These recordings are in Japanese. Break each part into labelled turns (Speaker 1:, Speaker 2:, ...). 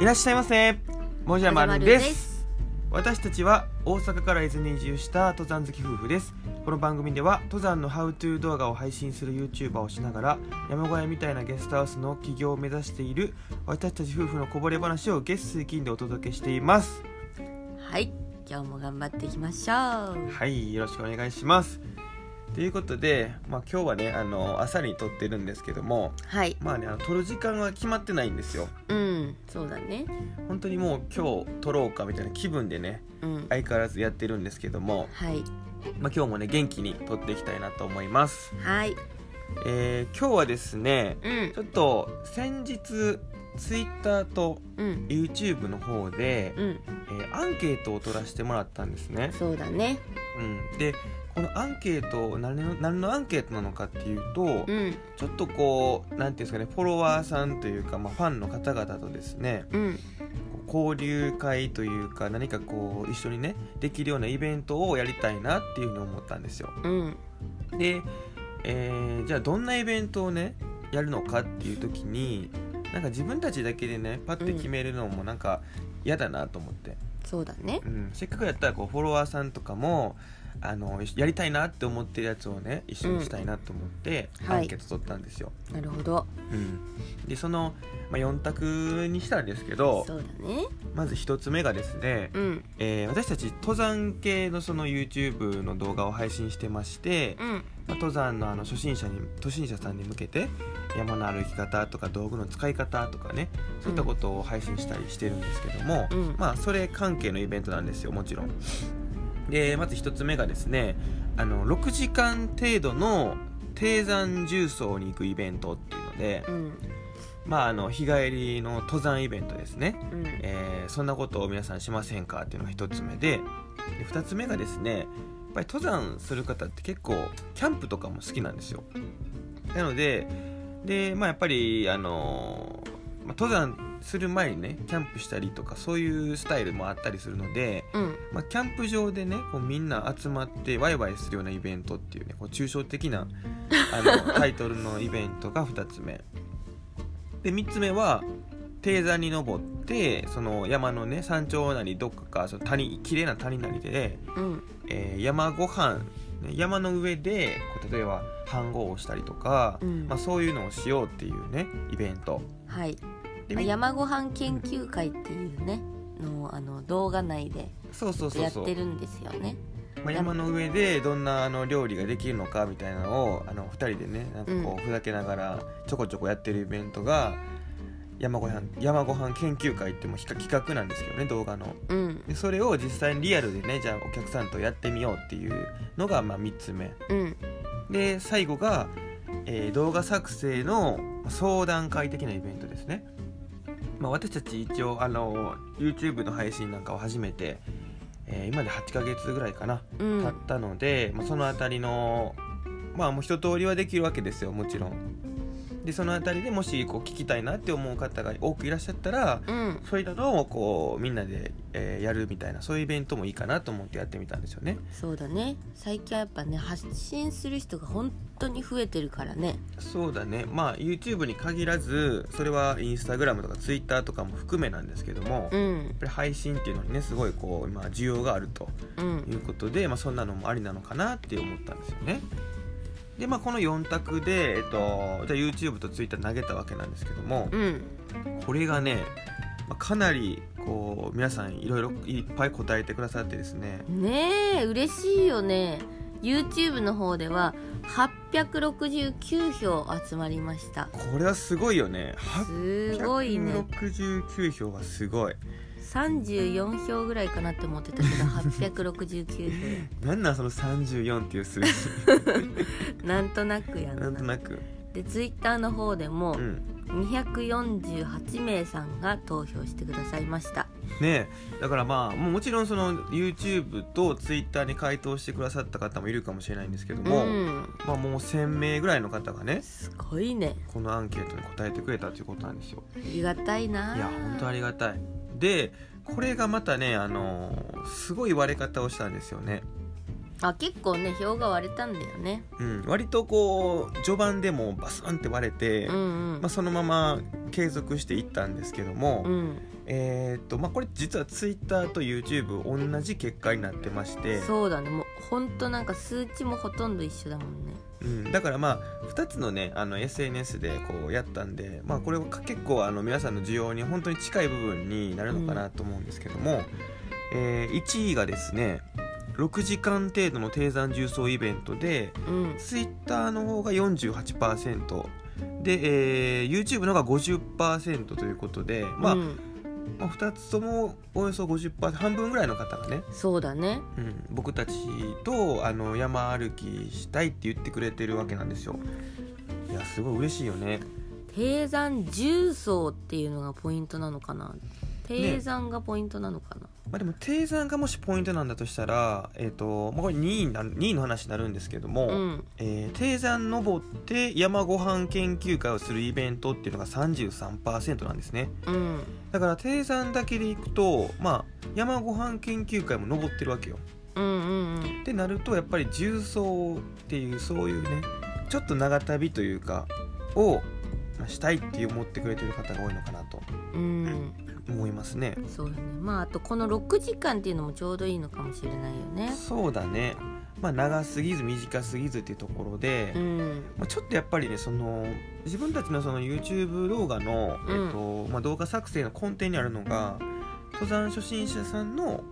Speaker 1: いらっしゃいませもじゃまる
Speaker 2: まじゃまる
Speaker 1: で
Speaker 2: です
Speaker 1: 私たちは大阪から伊豆に移住した登山好き夫婦ですこの番組では登山のハウトゥー動画を配信する YouTuber をしながら山小屋みたいなゲストハウスの起業を目指している私たち夫婦のこぼれ話を月水金でお届けしています
Speaker 2: はい今日も頑張っていきましょう
Speaker 1: はいよろしくお願いしますということで、まあ、今日はねあの朝に撮ってるんですけども
Speaker 2: はい
Speaker 1: まあねあの撮る時間は決まってないんですよ
Speaker 2: うんそうだね
Speaker 1: 本当にもう今日撮ろうかみたいな気分でね
Speaker 2: うん
Speaker 1: 相変わらずやってるんですけども、
Speaker 2: はい
Speaker 1: まあ、今日もね元気に撮っていきたいなと思います、
Speaker 2: はい
Speaker 1: えー今日はですね
Speaker 2: うん
Speaker 1: ちょっと先日 Twitter と
Speaker 2: うん
Speaker 1: YouTube の方で、
Speaker 2: うん
Speaker 1: えーアンケートを取らせてもらったんですね、
Speaker 2: そうだね
Speaker 1: うん、でこのアンケート何の何のアンケートなのかっていうと、
Speaker 2: うん
Speaker 1: ちょっとこう何ていうんですかねフォロワーさんというか、まあ、ファンの方々とですね
Speaker 2: うん
Speaker 1: 交流会というか何かこう一緒にねできるようなイベントをやりたいなっていうふうに思ったんですよ
Speaker 2: うん
Speaker 1: で、えーじゃあどんなイベントをねやるのかっていう時になんか自分たちだけでねパッて決めるのもなんか嫌だなと思って、
Speaker 2: そうだね
Speaker 1: うん、せっかくやったらこうフォロワーさんとかもあのやりたいなって思ってるやつをね一緒にしたいなと思って
Speaker 2: うんは
Speaker 1: ア
Speaker 2: い
Speaker 1: ンケート取ったんですよ、
Speaker 2: なるほど
Speaker 1: うん、でその、まあ、4択にしたんですけど
Speaker 2: そうだね
Speaker 1: まず1つ目がですね、
Speaker 2: うん
Speaker 1: えー私たち登山系のその YouTube の動画を配信してまして、
Speaker 2: うん
Speaker 1: まあ登山のあの初心者に初心者さんに向けて山の歩き方とか道具の使い方とかねそういったことを配信したりしてるんですけども、
Speaker 2: うん
Speaker 1: まあそれ関係のイベントなんですよもちろん。でまず1つ目がですねあの6時間程度の低山重曹に行くイベントっていうので、
Speaker 2: うん
Speaker 1: まあ、あの日帰りの登山イベントですね。
Speaker 2: うん
Speaker 1: えーそんなことを皆さんしませんかっていうのが1つ目でで2つ目がですねやっぱり登山する方って結構キャンプとかも好きなんですよなのでで、まあ、やっぱり、あのーまあ登山する前にねキャンプしたりとかそういうスタイルもあったりするので、
Speaker 2: うん
Speaker 1: まあ、キャンプ場でねこうみんな集まってワイワイするようなイベントっていうねこう抽象的 なあのタイトルのイベントが2つ目で3つ目は低山に登ってその山のね山頂なりどっかかその谷綺麗な谷なりで、
Speaker 2: うん
Speaker 1: えー山ご飯ね山の上でこう例えば飯ごをしたりとか、
Speaker 2: うん
Speaker 1: まあ、そういうのをしようっていうねイベント
Speaker 2: はい
Speaker 1: で
Speaker 2: まあ
Speaker 1: み
Speaker 2: 山ごはん研究会っていうねのあの動画内で
Speaker 1: そうそうそ
Speaker 2: や
Speaker 1: う
Speaker 2: っ
Speaker 1: そう
Speaker 2: てるんですよね
Speaker 1: まあ、山の上でどんなあの料理ができるのかみたいなのをあの2人でねなんかこうふざけながらちょこちょこやってるイベントが山ごはん山ごはん研究会ってもうひか企画なんですけどね動画の
Speaker 2: うん
Speaker 1: でそれを実際にリアルでねじゃあお客さんとやってみようっていうのがまあ3つ目
Speaker 2: うん
Speaker 1: で最後が、えー動画作成の相談会的なイベントですね、まあ、私たち一応あの YouTube の配信なんかを始めて、えー今で8ヶ月ぐらいかな
Speaker 2: う
Speaker 1: 経っ
Speaker 2: ん
Speaker 1: たので、まあ、その辺りのまあもう一通りはできるわけですよもちろんでその辺りでもしこう聞きたいなって思う方が多くいらっしゃったら
Speaker 2: うん
Speaker 1: そういったのをこうみんなで、えーやるみたいなそういうイベントもいいかなと思ってやってみたんですよね
Speaker 2: そうだね最近はやっぱね発信する人が本当に増えてるからね
Speaker 1: そうだねまあ YouTube に限らずそれは Instagram とか Twitter とかも含めなんですけども、
Speaker 2: う
Speaker 1: やっ
Speaker 2: ん
Speaker 1: ぱり配信っていうのにねすごいこう今需要があると
Speaker 2: う
Speaker 1: と
Speaker 2: ん
Speaker 1: いうことで、まあ、そんなのもありなのかなって思ったんですよね。で、まあ、この4択で、えっと、じゃあ YouTube と Twitter 投げたわけなんですけども
Speaker 2: うん
Speaker 1: これがね、まあ、かなりこう皆さんいろいろいっぱい答えてくださってですね
Speaker 2: ねえ嬉しいよね YouTube の方では869票集まりました
Speaker 1: これはすごいよね
Speaker 2: すごいね
Speaker 1: 869票はすごい
Speaker 2: 34票ぐらいかなって思ってたけど869票
Speaker 1: なんなんその34っていう数字
Speaker 2: なんとなくやんな
Speaker 1: なんとなく
Speaker 2: で Twitter の方でも
Speaker 1: うん
Speaker 2: 248名さんが投票してくださいました
Speaker 1: ねえだからまあもうもちろんその YouTube と Twitter に回答してくださった方もいるかもしれないんですけど
Speaker 2: う
Speaker 1: も、
Speaker 2: ん
Speaker 1: まあ、もう1,000名ぐらいの方がね
Speaker 2: すごいね
Speaker 1: このアンケートに答えてくれたということなんですよ
Speaker 2: ありがたいない
Speaker 1: や本当ありがたいでこれがまたねあのーすごい割れ方をしたんですよね、
Speaker 2: あ結構ね票が割れたんだよね
Speaker 1: うん、割とこう序盤でもバスンって割れて、
Speaker 2: うんうん
Speaker 1: まあ、そのまま継続していったんですけども、
Speaker 2: うん
Speaker 1: えーっとまあ、これ実は Twitter と YouTube 同じ結果になってまして、
Speaker 2: そうだねもうほんとなんか数値もほとんど一緒だもんね
Speaker 1: うん、だからまあ2つのねあの SNS でこうやったんで、まあ、これは結構あの皆さんの需要に本当に近い部分になるのかなと思うんですけども、え1位がですね6時間程度の低山重曹イベントで
Speaker 2: うん
Speaker 1: ツイッターの方が48%で、えー YouTube の方が50%ということで、まあ
Speaker 2: うん、
Speaker 1: まあ2つともおよそ50%半分ぐらいの方がね、
Speaker 2: そうだね
Speaker 1: うん、僕たちとあの山歩きしたいって言ってくれてるわけなんですよいやすごい嬉しいよね
Speaker 2: 低山重曹っていうのがポイントなのかな低山がポイントなのかな、
Speaker 1: まあ、でも低山がもしポイントなんだとしたら、えーとまあ、これ2位になる2位の話になるんですけども、
Speaker 2: うん
Speaker 1: えー低山登って山ご飯研究会をするイベントっていうのが33%なんですね
Speaker 2: うん
Speaker 1: だから低山だけで行くと、まあ、山ご飯研究会も登ってるわけよ
Speaker 2: うんうんうん
Speaker 1: ってなるとやっぱり重曹っていうそういうねちょっと長旅というかをまあしたいって思ってくれてる方が多いのかなと
Speaker 2: うん、
Speaker 1: 思いますね
Speaker 2: そうだねまああとこの6時間っていうのもちょうどいいのかもしれないよね
Speaker 1: そうだねまあ長すぎず短すぎずっていうところで、
Speaker 2: うん
Speaker 1: まあ、ちょっとやっぱりねその自分たちのその YouTube 動画の、
Speaker 2: うん
Speaker 1: えっとまあ、動画作成の根底にあるのが登山初心者さんの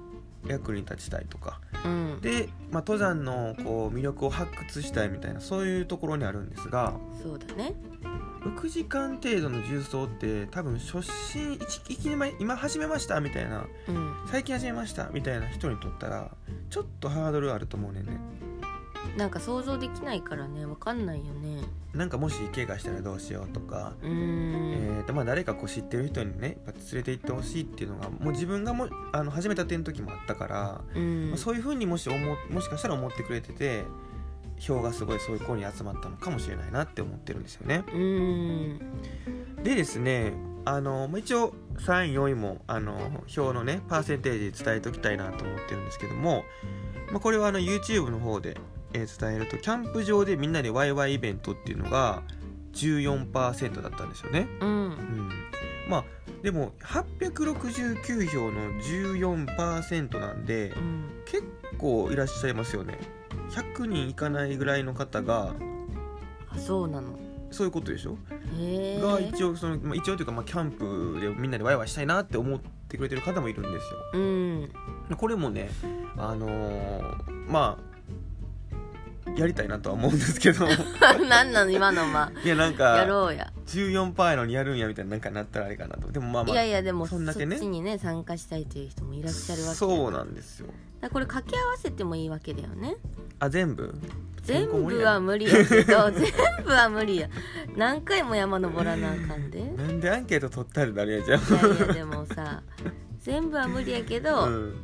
Speaker 1: 役に立ちたいとか
Speaker 2: うん
Speaker 1: で、まあ、登山のこう魅力を発掘したいみたいなそういうところにあるんですが
Speaker 2: そうだね
Speaker 1: 6時間程度の重曹って多分初心一一気に前今始めましたみたいな
Speaker 2: うん
Speaker 1: 最近始めましたみたいな人にとったらちょっとハードルあると思うねんね
Speaker 2: なんか想像できないからねわかんないよね
Speaker 1: なんかもし怪我したらどうしようとか、
Speaker 2: うーん、
Speaker 1: えーとまあ、誰かこう知ってる人にねやっぱ連れて行ってほしいっていうのがもう自分がもうあの始めたての時もあったから、
Speaker 2: うん
Speaker 1: まあそういうふうにもし思うもしかしたら思ってくれてて票がすごいそういう子に集まったのかもしれないなって思ってるんですよね。
Speaker 2: うーん
Speaker 1: でですねあのまあ一応3位4位もあの表のねパーセンテージ伝えておきたいなと思ってるんですけども、まあ、これはあの YouTube の方で、えー伝えるとキャンプ場でみんなでワイワイイベントっていうのが14%だったんですよね、
Speaker 2: うん
Speaker 1: うん、まあでも869票の14%なんで
Speaker 2: うん
Speaker 1: 結構いらっしゃいますよね100人いかないぐらいの方が
Speaker 2: あそうなの
Speaker 1: そういうことでしょ
Speaker 2: へえ
Speaker 1: が一応その、まあ、一応というか、まあ、キャンプでみんなでワイワイしたいなって思ってくれてる方もいるんですよ
Speaker 2: うん
Speaker 1: でこれもねあのーまあやりたいなとは思うんですけ どい
Speaker 2: なんなの今のま
Speaker 1: やなん
Speaker 2: や
Speaker 1: か
Speaker 2: ろうや
Speaker 1: 14%やのにやるんやみたいななんかなったらあれかなとでもまあま
Speaker 2: い
Speaker 1: あ
Speaker 2: やいやでもそ
Speaker 1: そんだけね
Speaker 2: っちにね参加したいという人もいらっしゃるわけ
Speaker 1: そう
Speaker 2: だか
Speaker 1: なんですよ
Speaker 2: らこれ掛け合わせてもいいわけだよね
Speaker 1: あ全部
Speaker 2: 全部は無理やけど全部は無理や何回も山登らなあかんでい
Speaker 1: なんでアンケート取ったらなるやんじゃん
Speaker 2: やいやでもさ全部は無理やけど、
Speaker 1: うん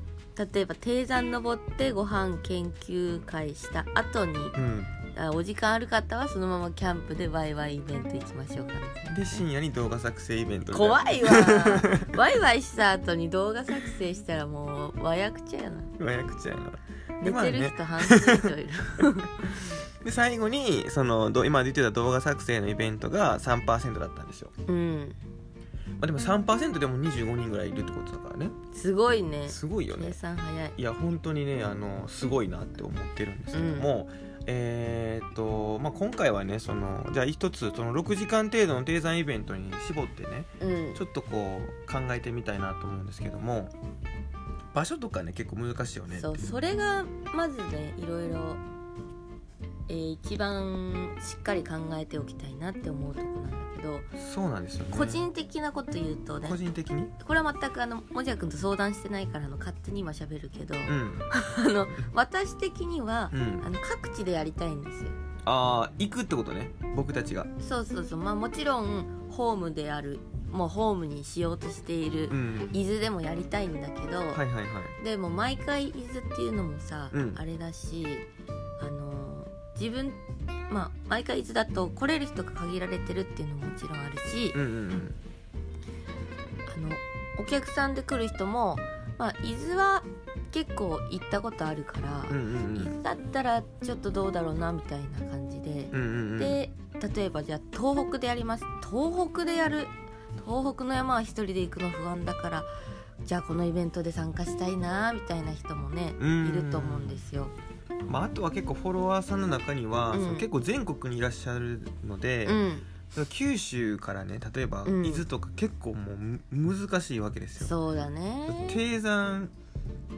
Speaker 2: 例えば低山登ってご飯研究会した後に
Speaker 1: うん
Speaker 2: あお時間ある方はそのままキャンプでワイワイイベント行きましょうかみたいな
Speaker 1: で深夜に動画作成イベントみた
Speaker 2: 怖 いわワイワイした後に動画作成したらもう和訳ちゃやな
Speaker 1: 和訳ちゃうな
Speaker 2: 寝
Speaker 1: まあ
Speaker 2: て
Speaker 1: ね
Speaker 2: る人半数以上いる
Speaker 1: で最後にそのど今言ってた動画作成のイベントが3%だったんですよ、
Speaker 2: うん
Speaker 1: まあ、でも3%でも25人ぐらいいるってことだからね
Speaker 2: すごいね
Speaker 1: すごいよ
Speaker 2: 計
Speaker 1: ね
Speaker 2: 算早い
Speaker 1: いや本当にねあのすごいなって思ってるんですけども、えーっと、まあ、今回はねそのじゃあ一つその6時間程度の低山イベントに絞ってね
Speaker 2: うん
Speaker 1: ちょっとこう考えてみたいなと思うんですけども場所とかね結構難しいよね
Speaker 2: そうそれがまずねいろいろ、えー一番しっかり考えておきたいなって思うとこなんだけど
Speaker 1: そうなんですよね
Speaker 2: 個人的なこと言うとね
Speaker 1: 個人的に
Speaker 2: これは全くあのもじゃくんと相談してないからあの勝手に今喋るけど、
Speaker 1: うん、
Speaker 2: あの私的には
Speaker 1: う、ん
Speaker 2: あ、の各地でやりたいんですよ
Speaker 1: ああ行くってことね僕たちが
Speaker 2: そうそうそうまあもちろんホームであるもうホームにしようとしている
Speaker 1: うん
Speaker 2: 伊豆でもやりたいんだけど、
Speaker 1: はいはいはい
Speaker 2: でも毎回伊豆っていうのもさ、
Speaker 1: うん
Speaker 2: あれだしあの自分まあ毎回伊豆だと来れる人が限られてるっていうのももちろんあるし、
Speaker 1: うんうん
Speaker 2: あのお客さんで来る人もまあ伊豆は結構行ったことあるから、
Speaker 1: うんうんうん
Speaker 2: 伊豆だったらちょっとどうだろうなみたいな感じで、
Speaker 1: うんうんうん
Speaker 2: で例えばじゃあ東北でやります東北でやる東北の山は一人で行くの不安だからじゃあこのイベントで参加したいなみたいな人もね
Speaker 1: うん
Speaker 2: いると思うんですよ。
Speaker 1: まあ、あとは結構フォロワーさんの中には、
Speaker 2: うん
Speaker 1: その結構全国にいらっしゃるので、
Speaker 2: うん、
Speaker 1: 九州からね例えば伊
Speaker 2: うん
Speaker 1: 豆とか結構もうむ難しいわけですよ。
Speaker 2: そうだね。
Speaker 1: 低山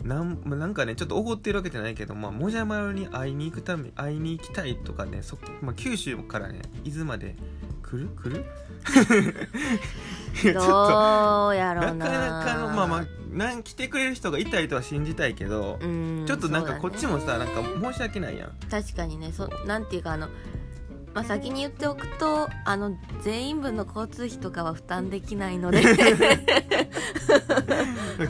Speaker 1: なんまあなんかねちょっとおごってるわけじゃないけど、まあ、もじゃまるに会いに行くため会いに行きたいとかねそ、まあ、九州からね伊豆まで来る 来るいやちょっと
Speaker 2: どうやろ
Speaker 1: なか
Speaker 2: うな。
Speaker 1: なかのまあまあなん来てくれる人がいたりとは信じたいけど、
Speaker 2: うん、
Speaker 1: ちょっとなんか
Speaker 2: そうだね
Speaker 1: こっちもさ、なんか申し訳ないやん。
Speaker 2: 確かにねそなんていうかあの、まあ、先に言っておくとあの全員分の交通費とかは負担できな いので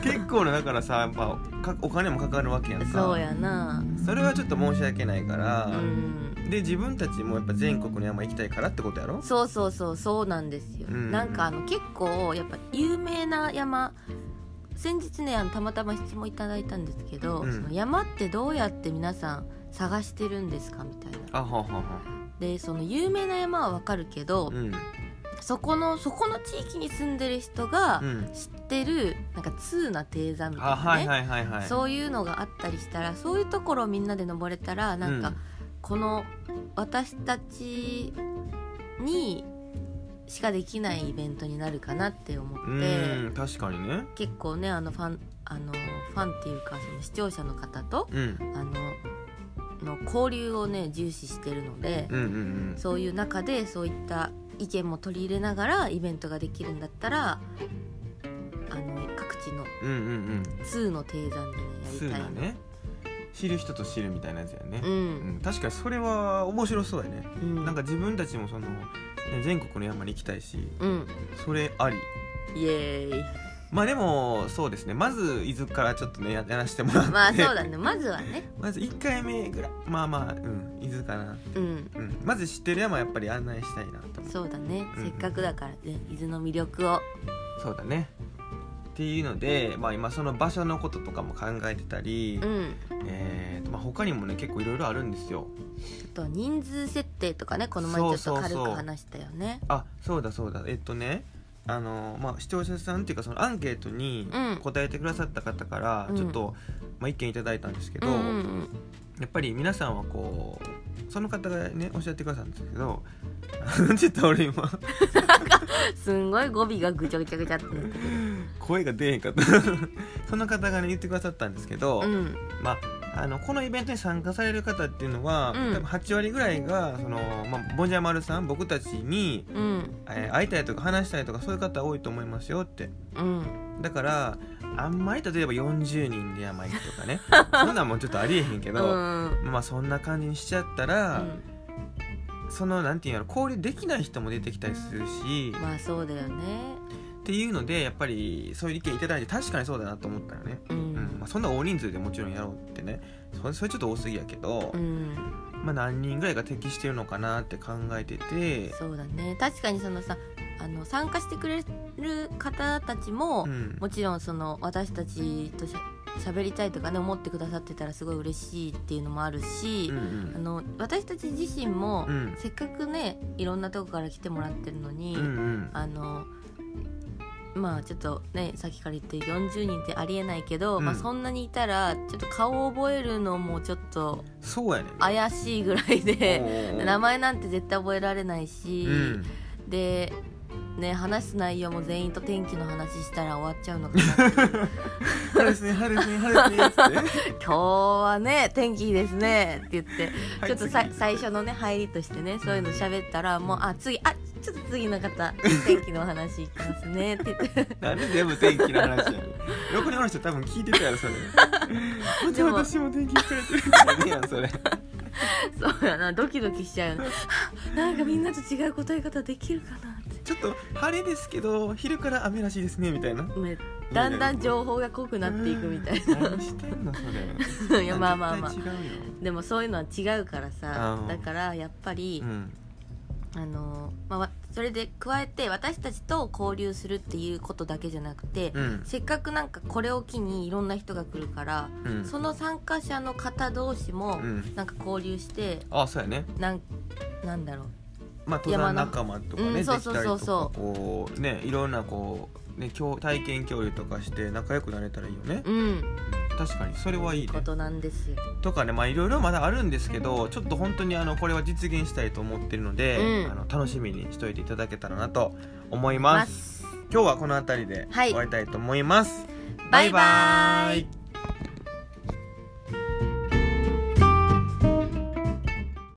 Speaker 1: 結構なだからさやっぱかお金もかかるわけやんか
Speaker 2: そうやな
Speaker 1: それはちょっと申し訳ないか
Speaker 2: う
Speaker 1: ら、
Speaker 2: ん
Speaker 1: で自分たちもやっぱ全国にあんま行きたいからってことやろ
Speaker 2: そうそうそうそうなんですよ、
Speaker 1: うん
Speaker 2: なんかあの結構やっぱ有名な山先日ねあのたまたま質問いただいたんですけど、
Speaker 1: うん
Speaker 2: その山ってどうやって皆さん探してるんですかみたいな
Speaker 1: あははは
Speaker 2: でその有名な山はわかるけど、
Speaker 1: うん
Speaker 2: そこのそこの地域に住んでる人が
Speaker 1: うん
Speaker 2: 知ってるなんか通な低山みたいな
Speaker 1: あ
Speaker 2: ね、
Speaker 1: はいはいはいはい
Speaker 2: そういうのがあったりしたらそういうところをみんなで登れたらなんか、
Speaker 1: うん
Speaker 2: この私たちにしかできないイベントになるかなって思って、
Speaker 1: うん確かにね
Speaker 2: 結構ねあのファンあのファンっていうかその視聴者の方と
Speaker 1: うん
Speaker 2: あのの交流をね重視してるので、
Speaker 1: うんうんうん
Speaker 2: そういう中でそういった意見も取り入れながらイベントができるんだったらあの各地の
Speaker 1: うんうんうん
Speaker 2: 2の低山でねや
Speaker 1: 通
Speaker 2: りた
Speaker 1: だ
Speaker 2: いな
Speaker 1: ね知る人と知るみたいなやつやね
Speaker 2: う、ん、
Speaker 1: うん確かにそれは面白そうやね、
Speaker 2: うん、
Speaker 1: なんか自分たちもその、ね、全国の山に行きたいし
Speaker 2: うん
Speaker 1: それあり
Speaker 2: イエーイ
Speaker 1: まあでもそうですねまず伊豆からちょっとねややらせてもらって、
Speaker 2: まあそうだねまずはね
Speaker 1: まず1回目ぐらいまあまあうん伊豆かな、
Speaker 2: うん
Speaker 1: うん、まず知ってる山はやっぱり案内したいなと思う
Speaker 2: そうだね
Speaker 1: うん
Speaker 2: せっかくだからね伊豆の魅力を
Speaker 1: そうだねっていうので、まあ、今その場所のこととかも考えてたり、
Speaker 2: うん
Speaker 1: えーとまあ、他にもね結構いろいろあるんですよ
Speaker 2: あとは人数設定とかねこの前ちょっと軽く話したよね
Speaker 1: あそうだそうだえっとねあのまあ、視聴者さんっていうかそのアンケートに
Speaker 2: うん
Speaker 1: 答えてくださった方から
Speaker 2: うん
Speaker 1: ちょっと、まあ、意見いただいたんですけど、
Speaker 2: うんうん
Speaker 1: やっぱり皆さんはこうその方がねおっしゃってくださったんですけど ちょっと俺今
Speaker 2: うんすんごい語尾がぐちゃぐちゃぐちゃってなってる
Speaker 1: 声が出えへんかった その方がね言ってくださったんですけど、
Speaker 2: うん
Speaker 1: まああのこのイベントに参加される方っていうのは、
Speaker 2: うん
Speaker 1: 多分8割ぐらいがその、まあ、ボンジャマルさん僕たちに、
Speaker 2: うん
Speaker 1: えー会いたいとか話したいとかそういう方多いと思いますよって
Speaker 2: うん
Speaker 1: だからあんまり例えば40人で山行くとか ねそんなんもうちょっとありえへんけ
Speaker 2: う
Speaker 1: ど、
Speaker 2: ん
Speaker 1: まあそんな感じにしちゃった
Speaker 2: う
Speaker 1: ら、
Speaker 2: ん
Speaker 1: そのなんていうんやろ交流できない人も出てきたりするし、
Speaker 2: まあそうだよね
Speaker 1: っていうのでやっぱりそういう意見いただいて確かにそうだなと思ったよね。
Speaker 2: う
Speaker 1: うん
Speaker 2: ん
Speaker 1: まあ、そんな大人数でもちろんやろうってねそれそれちょっと多すぎやけど、
Speaker 2: うん
Speaker 1: まあ、何人ぐらいが適してるのかなって考えてて
Speaker 2: そうだね確かにそのさあの参加してくれる方たちも、
Speaker 1: ん
Speaker 2: もちろんその私たちとしゃ喋りたいとかね思ってくださってたらすごい嬉しいっていうのもあるし
Speaker 1: うん、う
Speaker 2: あ
Speaker 1: ん
Speaker 2: の私たち自身も、
Speaker 1: うん
Speaker 2: せっかくねいろんなとこから来てもらってるのに、
Speaker 1: うんうん
Speaker 2: あのまあちょっとねさっきから言ってる40人ってありえないけど、
Speaker 1: うん
Speaker 2: まあ、そんなにいたらちょっと顔を覚えるのもちょっと
Speaker 1: そうやねん
Speaker 2: 怪しいぐらい
Speaker 1: お
Speaker 2: で
Speaker 1: ー
Speaker 2: 名前なんて絶対覚えられないし。
Speaker 1: うん
Speaker 2: でね話す内容も全員と天気の話したら終わっちゃうのかなって
Speaker 1: 「晴れですね晴れですね晴れですね」つって
Speaker 2: 今日はね天気いいですねって言って、
Speaker 1: はい
Speaker 2: ちょっとさ
Speaker 1: 次
Speaker 2: 最初のね入りとしてねそういうの喋ったらもうあ次あちょっと次 の方天気のお話いきますねって言って。
Speaker 1: なんで全部天気の話やねん横におる人多分聞いてたやろ それもち
Speaker 2: で
Speaker 1: ろん
Speaker 2: も
Speaker 1: 私も天気聞かれてるってねやんそれ
Speaker 2: そうやなドキドキしちゃうよねなんかみんなと違う答え方できるかなって
Speaker 1: ちょっと晴れですけど昼から雨らしいですねみたいな
Speaker 2: ねだんだん情報が濃くなっていくみたい
Speaker 1: 何してんのそれ
Speaker 2: な いやまあまあまあ
Speaker 1: 絶対違うよ
Speaker 2: でもそういうのは違うからさ
Speaker 1: あー
Speaker 2: だからやっぱり、
Speaker 1: うん
Speaker 2: あのまあわ、それで加えて私たちと交流するっていうことだけじゃなくて、
Speaker 1: うん
Speaker 2: せっかくなんかこれを機にいろんな人が来るから、
Speaker 1: うん
Speaker 2: その参加者の方同士も
Speaker 1: うん
Speaker 2: なんか交流して
Speaker 1: あそうやね
Speaker 2: なんなんだろう
Speaker 1: まあ、登山仲間とかね、
Speaker 2: うん
Speaker 1: でき
Speaker 2: そ
Speaker 1: た
Speaker 2: う
Speaker 1: りと
Speaker 2: そう
Speaker 1: か
Speaker 2: そうそう
Speaker 1: こうねいろんなこう、ね、共体験共有とかして仲良くなれたらいいよね、
Speaker 2: うん
Speaker 1: 確かにそれはいいね
Speaker 2: ことなんですよ、
Speaker 1: とかねまあいろいろまだあるんですけどちょっと本当にあのこれは実現したいと思ってるので、
Speaker 2: うん
Speaker 1: あの楽しみにしておいていただけたらなと思い
Speaker 2: ま
Speaker 1: ます
Speaker 2: す
Speaker 1: 今日はこの辺りで
Speaker 2: はい
Speaker 1: 終わりたいと思います、
Speaker 2: バイバイ
Speaker 1: バイ